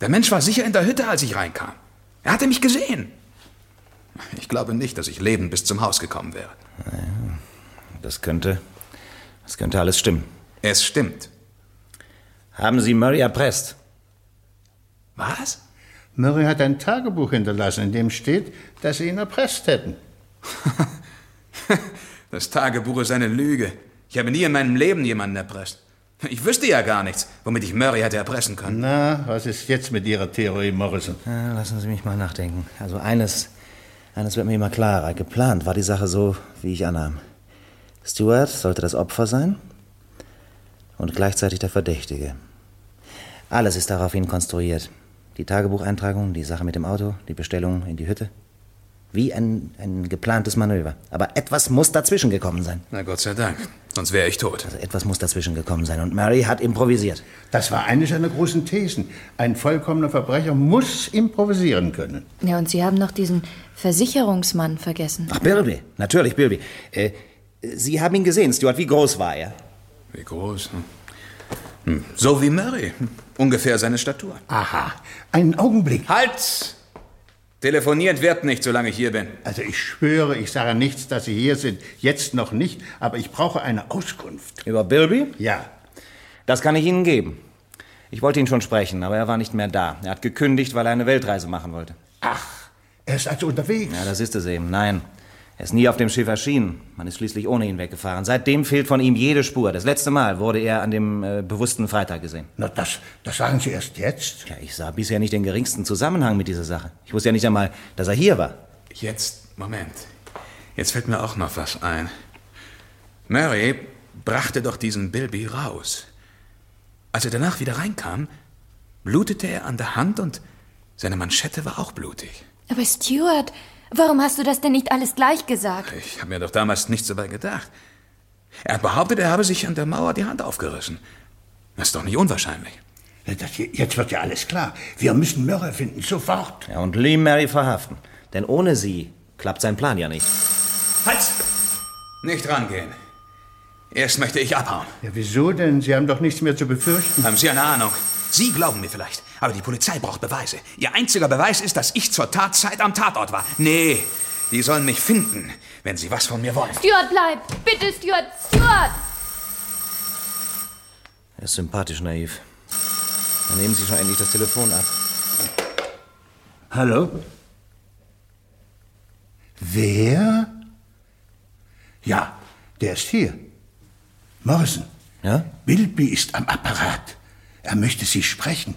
Der Mensch war sicher in der Hütte, als ich reinkam. Er hatte mich gesehen. Ich glaube nicht, dass ich lebend bis zum Haus gekommen wäre.
Das könnte. Das könnte alles stimmen.
Es stimmt.
Haben Sie Murray erpresst?
Was?
Murray hat ein Tagebuch hinterlassen, in dem steht, dass Sie ihn erpresst hätten.
Das Tagebuch ist eine Lüge. Ich habe nie in meinem Leben jemanden erpresst. Ich wüsste ja gar nichts, womit ich Murray hätte erpressen können.
Na, was ist jetzt mit Ihrer Theorie, Morrison?
Äh, Lassen Sie mich mal nachdenken. Also eines, eines wird mir immer klarer. Geplant war die Sache so, wie ich annahm. Stewart sollte das Opfer sein und gleichzeitig der Verdächtige. Alles ist daraufhin konstruiert. Die Tagebucheintragung, die Sache mit dem Auto, die Bestellung in die Hütte. Wie ein, ein geplantes Manöver. Aber etwas muss dazwischen gekommen sein.
Na Gott sei Dank, sonst wäre ich tot.
Also etwas muss dazwischen gekommen sein und Mary hat improvisiert.
Das war eine seiner großen Thesen. Ein vollkommener Verbrecher muss improvisieren können.
Ja, und Sie haben noch diesen Versicherungsmann vergessen.
Ach, Bilby, natürlich Bilby. Äh, Sie haben ihn gesehen, Stuart. Wie groß war er?
Wie groß? Hm. Hm. So wie Murray. Ungefähr seine Statur.
Aha, einen Augenblick.
Halt! Telefoniert wird nicht, solange ich hier bin.
Also ich schwöre, ich sage nichts, dass Sie hier sind. Jetzt noch nicht, aber ich brauche eine Auskunft.
Über Bilby?
Ja.
Das kann ich Ihnen geben. Ich wollte ihn schon sprechen, aber er war nicht mehr da. Er hat gekündigt, weil er eine Weltreise machen wollte.
Er ist also unterwegs.
Ja, das ist es eben. Nein. Er ist nie auf dem Schiff erschienen. Man ist schließlich ohne ihn weggefahren. Seitdem fehlt von ihm jede Spur. Das letzte Mal wurde er an dem äh, bewussten Freitag gesehen.
Na, das, das sagen Sie erst jetzt?
Ja, ich sah bisher nicht den geringsten Zusammenhang mit dieser Sache. Ich wusste ja nicht einmal, dass er hier war.
Jetzt, Moment. Jetzt fällt mir auch noch was ein. Murray brachte doch diesen Bilby raus. Als er danach wieder reinkam, blutete er an der Hand und seine Manschette war auch blutig.
Aber Stuart, warum hast du das denn nicht alles gleich gesagt?
Ich habe mir doch damals nichts dabei gedacht. Er hat behauptet, er habe sich an der Mauer die Hand aufgerissen. Das ist doch nicht unwahrscheinlich.
Ja, Das, hier- jetzt wird ja alles klar. Wir müssen Mörrer finden, sofort.
Ja, und Lee Mary verhaften. Denn ohne sie klappt sein Plan ja nicht.
Halt! Nicht rangehen. Erst möchte ich abhauen.
Ja, wieso denn? Sie haben doch nichts mehr zu befürchten.
Haben Sie eine Ahnung? Sie glauben mir vielleicht, aber die Polizei braucht Beweise. Ihr einziger Beweis ist, dass ich zur Tatzeit am Tatort war. Nee, die sollen mich finden, wenn sie was von mir wollen.
Stuart, bleib! Bitte, Stuart! Stuart!
Er ist sympathisch naiv. Dann nehmen Sie schon endlich das Telefon ab.
Hallo? Wer? Ja, der ist hier. Morrison.
Ja?
Bilby ist am Apparat. Er möchte Sie sprechen.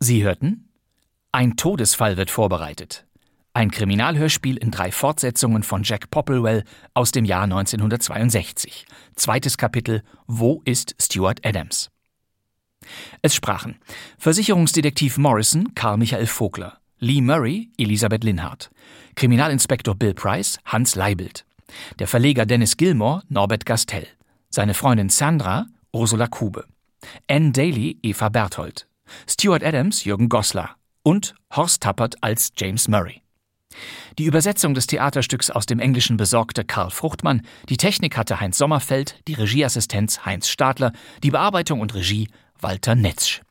Sie hörten? Ein Todesfall wird vorbereitet. Ein Kriminalhörspiel in drei Fortsetzungen von Jack Popplewell aus dem Jahr 1962. Zweites Kapitel Wo ist Stuart Adams? Es sprachen Versicherungsdetektiv Morrison Karl Michael Vogler, Lee Murray Elisabeth Linhardt, Kriminalinspektor Bill Price Hans Leibelt, der Verleger Dennis Gilmore Norbert Gastel, seine Freundin Sandra Ursula Kube, Anne Daly Eva Berthold, Stuart Adams Jürgen Goslar und Horst Tappert als James Murray. Die Übersetzung des Theaterstücks aus dem Englischen besorgte Karl Fruchtmann, die Technik hatte Heinz Sommerfeld, die Regieassistenz Heinz Stadler, die Bearbeitung und Regie Walter Netzsch.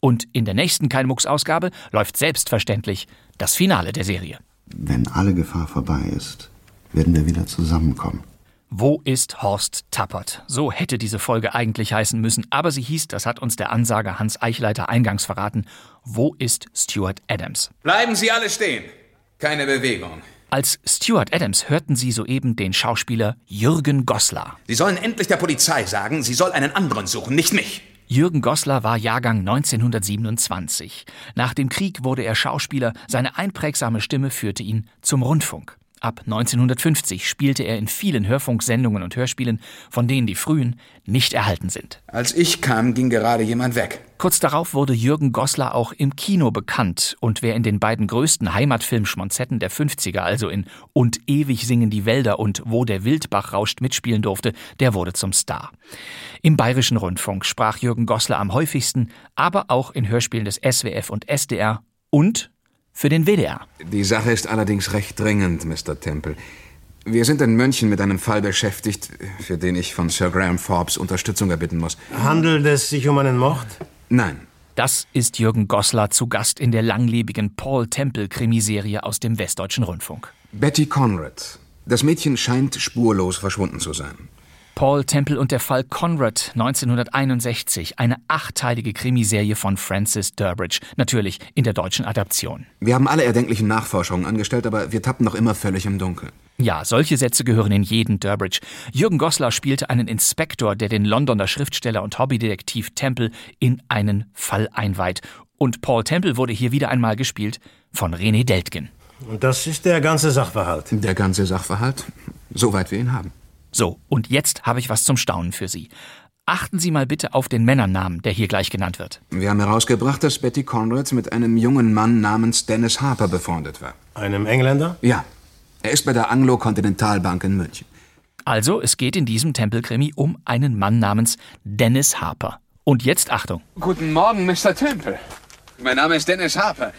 Und in der nächsten Keinmucks-Ausgabe läuft selbstverständlich das Finale der Serie.
Wenn alle Gefahr vorbei ist, werden wir wieder zusammenkommen.
Wo ist Horst Tappert? So hätte diese Folge eigentlich heißen müssen, aber sie hieß, das hat uns der Ansager Hans Eichleiter eingangs verraten, Wo ist Stuart Adams?
Bleiben Sie alle stehen. Keine Bewegung.
Als Stuart Adams hörten sie soeben den Schauspieler Jürgen Goslar.
Sie sollen endlich der Polizei sagen, sie soll einen anderen suchen, nicht mich.
Jürgen Goslar war Jahrgang 1927. Nach dem Krieg wurde er Schauspieler, seine einprägsame Stimme führte ihn zum Rundfunk. Ab 1950 spielte er in vielen Hörfunksendungen und Hörspielen, von denen die frühen nicht erhalten sind.
Als ich kam, ging gerade jemand weg.
Kurz darauf wurde Jürgen Goslar auch im Kino bekannt und wer in den beiden größten Heimatfilmschmonzetten der 50er, also in Und ewig singen die Wälder und Wo der Wildbach rauscht, mitspielen durfte, der wurde zum Star. Im Bayerischen Rundfunk sprach Jürgen Goslar am häufigsten, aber auch in Hörspielen des SWF und SDR und für den WDR.
Die Sache ist allerdings recht dringend, Mr. Temple. Wir sind in München mit einem Fall beschäftigt, für den ich von Sir Graham Forbes Unterstützung erbitten muss.
Handelt es sich um einen Mord?
Nein.
Das ist Jürgen Goslar zu Gast in der langlebigen Paul Temple-Krimiserie aus dem Westdeutschen Rundfunk.
Betty Conrad. Das Mädchen scheint spurlos verschwunden zu sein.
Paul Temple und der Fall Conrad 1961, eine achteilige Krimiserie von Francis Durbridge, natürlich in der deutschen Adaption.
Wir haben alle erdenklichen Nachforschungen angestellt, aber wir tappen noch immer völlig im Dunkeln.
Ja, solche Sätze gehören in jeden Durbridge. Jürgen Goslar spielte einen Inspektor, der den Londoner Schriftsteller und Hobbydetektiv Temple in einen Fall einweiht. Und Paul Temple wurde hier wieder einmal gespielt von René Deltgen.
Und das ist der ganze Sachverhalt.
Der ganze Sachverhalt, soweit wir ihn haben.
So, und jetzt habe ich was zum Staunen für Sie. Achten Sie mal bitte auf den Männernamen, der hier gleich genannt wird.
Wir haben herausgebracht, dass Betty Conrad mit einem jungen Mann namens Dennis Harper befreundet war.
Einem Engländer?
Ja. Er ist bei der Anglo-Kontinentalbank in München.
Also, es geht in diesem Tempelkrimi um einen Mann namens Dennis Harper. Und jetzt Achtung.
Guten Morgen, Mr. Temple.
Mein Name ist Dennis Harper.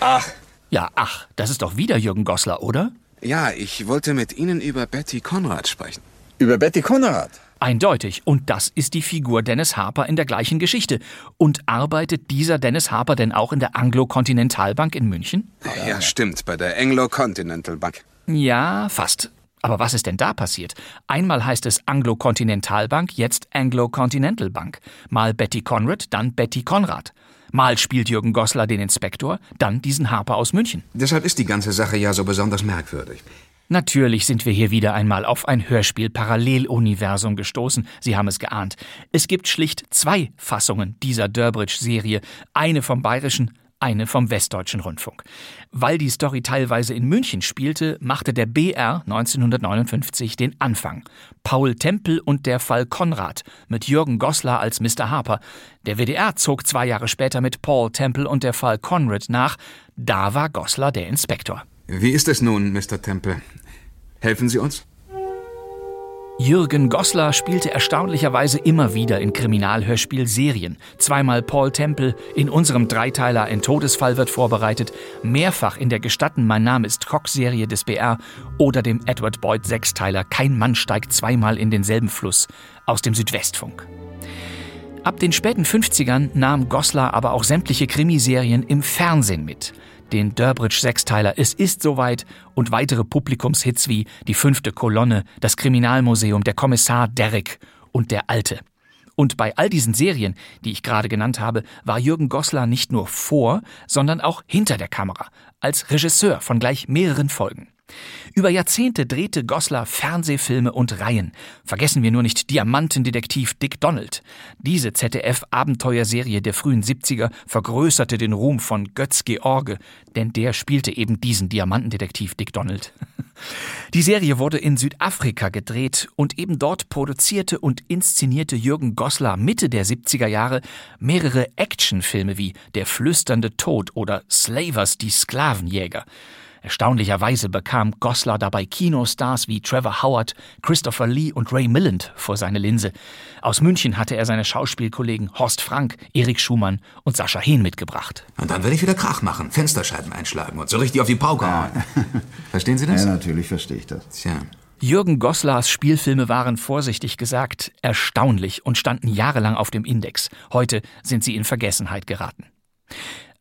Ach,
Ja, ach, das ist doch wieder Jürgen Goslar, oder?
Ja, ich wollte mit Ihnen über Betty Conrad sprechen.
Über Betty Konrad. Eindeutig. Und das ist die Figur Dennis Harper in der gleichen Geschichte. Und arbeitet dieser Dennis Harper denn auch in der Anglo-Kontinentalbank in München?
Ah, Ja, stimmt, bei der Anglo-Continental Bank.
Ja, fast. Aber was ist denn da passiert? Einmal heißt es Anglo-Kontinentalbank, jetzt Anglo-Continental Bank. Mal Betty Conrad, dann Betty Conrad. Mal spielt Jürgen Goslar den Inspektor, dann diesen Harper aus München.
Deshalb ist die ganze Sache ja so besonders merkwürdig.
Natürlich sind wir hier wieder einmal auf ein Hörspiel-Paralleluniversum gestoßen. Sie haben es geahnt. Es gibt schlicht zwei Fassungen dieser Durbridge-Serie. Eine vom Bayerischen, eine vom Westdeutschen Rundfunk. Weil die Story teilweise in München spielte, machte der BR 1959 den Anfang. Paul Tempel und der Fall Konrad mit Jürgen Goslar als Mr. Harper. Der WDR zog zwei Jahre später mit Paul Tempel und der Fall Conrad nach. Da war Goslar der Inspektor.
Wie ist es nun, Mr. Temple? Helfen Sie uns?
Jürgen Goslar spielte erstaunlicherweise immer wieder in Kriminalhörspielserien. Zweimal Paul Temple, in unserem Dreiteiler Ein Todesfall wird vorbereitet, mehrfach in der Gestatten Mein Name ist Cox-Serie des BR oder dem Edward Boyd Sechsteiler Kein Mann steigt zweimal in denselben Fluss aus dem Südwestfunk. Ab den späten 50ern nahm Goslar aber auch sämtliche Krimiserien im Fernsehen mit. Den Durbridge Sechsteiler Es ist soweit und weitere Publikumshits wie Die fünfte Kolonne, Das Kriminalmuseum, Der Kommissar Derrick und Der Alte. Und bei all diesen Serien, die ich gerade genannt habe, war Jürgen Goslar nicht nur vor, sondern auch hinter der Kamera, als Regisseur von gleich mehreren Folgen. Über Jahrzehnte drehte Goslar Fernsehfilme und Reihen. Vergessen wir nur nicht Diamantendetektiv Dick Donald. Diese ZDF-Abenteuerserie der frühen 70er vergrößerte den Ruhm von Götz George, denn der spielte eben diesen Diamantendetektiv Dick Donald. (laughs) Die Serie wurde in Südafrika gedreht und eben dort produzierte und inszenierte Jürgen Goslar Mitte der 70er Jahre mehrere Actionfilme wie Der flüsternde Tod oder Slavers, die Sklavenjäger. Erstaunlicherweise bekam Goslar dabei Kinostars wie Trevor Howard, Christopher Lee und Ray Milland vor seine Linse. Aus München hatte er seine Schauspielkollegen Horst Frank, Erik Schumann und Sascha Hehn mitgebracht.
Und dann will ich wieder Krach machen, Fensterscheiben einschlagen und so richtig auf die Pauke hauen. Verstehen Sie das?
Ja, natürlich verstehe ich das.
Tja.
Jürgen Goslars Spielfilme waren vorsichtig gesagt erstaunlich und standen jahrelang auf dem Index. Heute sind sie in Vergessenheit geraten.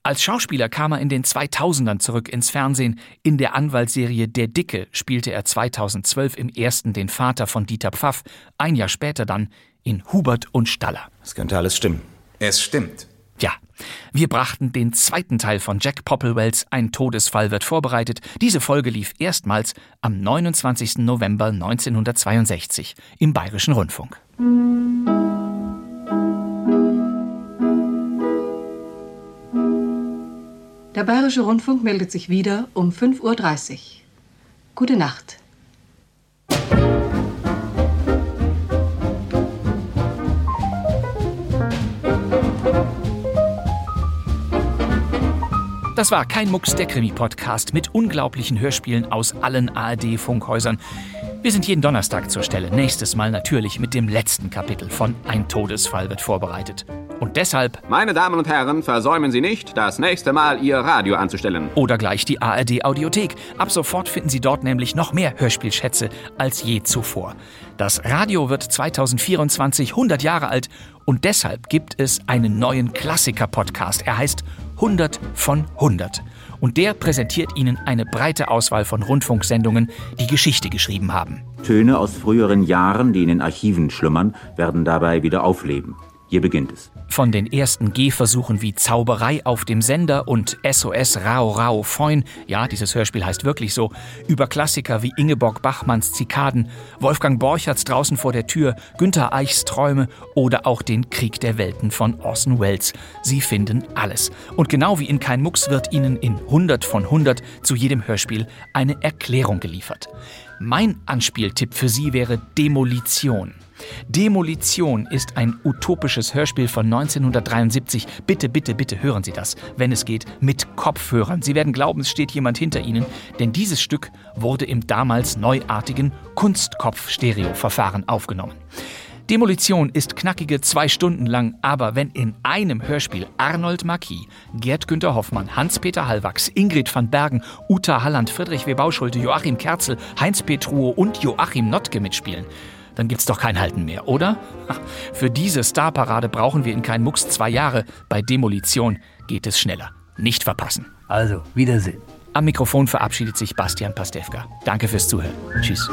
Als Schauspieler kam er in den 2000ern zurück ins Fernsehen. In der Anwaltsserie Der Dicke spielte er 2012 im ersten den Vater von Dieter Pfaff, ein Jahr später dann in Hubert und Staller.
Das könnte alles stimmen.
Es stimmt.
Ja, wir brachten den zweiten Teil von Jack Popplewells Ein Todesfall wird vorbereitet. Diese Folge lief erstmals am 29. November 1962 im Bayerischen Rundfunk.
Der Bayerische Rundfunk meldet sich wieder um 5.30 Uhr. Gute Nacht.
Das war kein Mucks der Krimi-Podcast mit unglaublichen Hörspielen aus allen ARD-Funkhäusern. Wir sind jeden Donnerstag zur Stelle. Nächstes Mal natürlich mit dem letzten Kapitel von Ein Todesfall wird vorbereitet. Und deshalb
Meine Damen und Herren, versäumen Sie nicht, das nächste Mal Ihr Radio anzustellen.
oder gleich die ARD-Audiothek. Ab sofort finden Sie dort nämlich noch mehr Hörspielschätze als je zuvor. Das Radio wird 2024 100 Jahre alt und deshalb gibt es einen neuen Klassiker-Podcast. Er heißt 100 von 100. Und der präsentiert Ihnen eine breite Auswahl von Rundfunksendungen, die Geschichte geschrieben haben.
Töne aus früheren Jahren, die in den Archiven schlummern, werden dabei wieder aufleben. Hier beginnt es.
Von den ersten Gehversuchen wie Zauberei auf dem Sender und SOS Rau Rau Feun, ja, dieses Hörspiel heißt wirklich so, über Klassiker wie Ingeborg Bachmanns Zikaden, Wolfgang Borcherts Draußen vor der Tür, Günter Eichs Träume oder auch den Krieg der Welten von Orson Welles. Sie finden alles. Und genau wie in Kein Mucks wird Ihnen in 100 von 100 zu jedem Hörspiel eine Erklärung geliefert. Mein Anspieltipp für Sie wäre Demolition. Demolition ist ein utopisches Hörspiel von 1973. Bitte, bitte, bitte hören Sie das, wenn es geht, mit Kopfhörern. Sie werden glauben, es steht jemand hinter Ihnen, denn dieses Stück wurde im damals neuartigen Kunstkopf-Stereo-Verfahren aufgenommen. Demolition ist knackige zwei Stunden lang, aber wenn in einem Hörspiel Arnold Marquis, Gerd Günther Hoffmann, Hans-Peter Hallwachs, Ingrid van Bergen, Uta Halland, Friedrich W. Bauschulte, Joachim Kerzel, Heinz Petruo und Joachim Notke mitspielen, dann gibt's doch kein Halten mehr, oder? Ach, Für diese Starparade brauchen wir in kein Mucks zwei Jahre. Bei Demolition geht es schneller. Nicht verpassen. Also, Wiedersehen. Am Mikrofon verabschiedet sich Bastian Pastewka. Danke fürs Zuhören. Tschüss.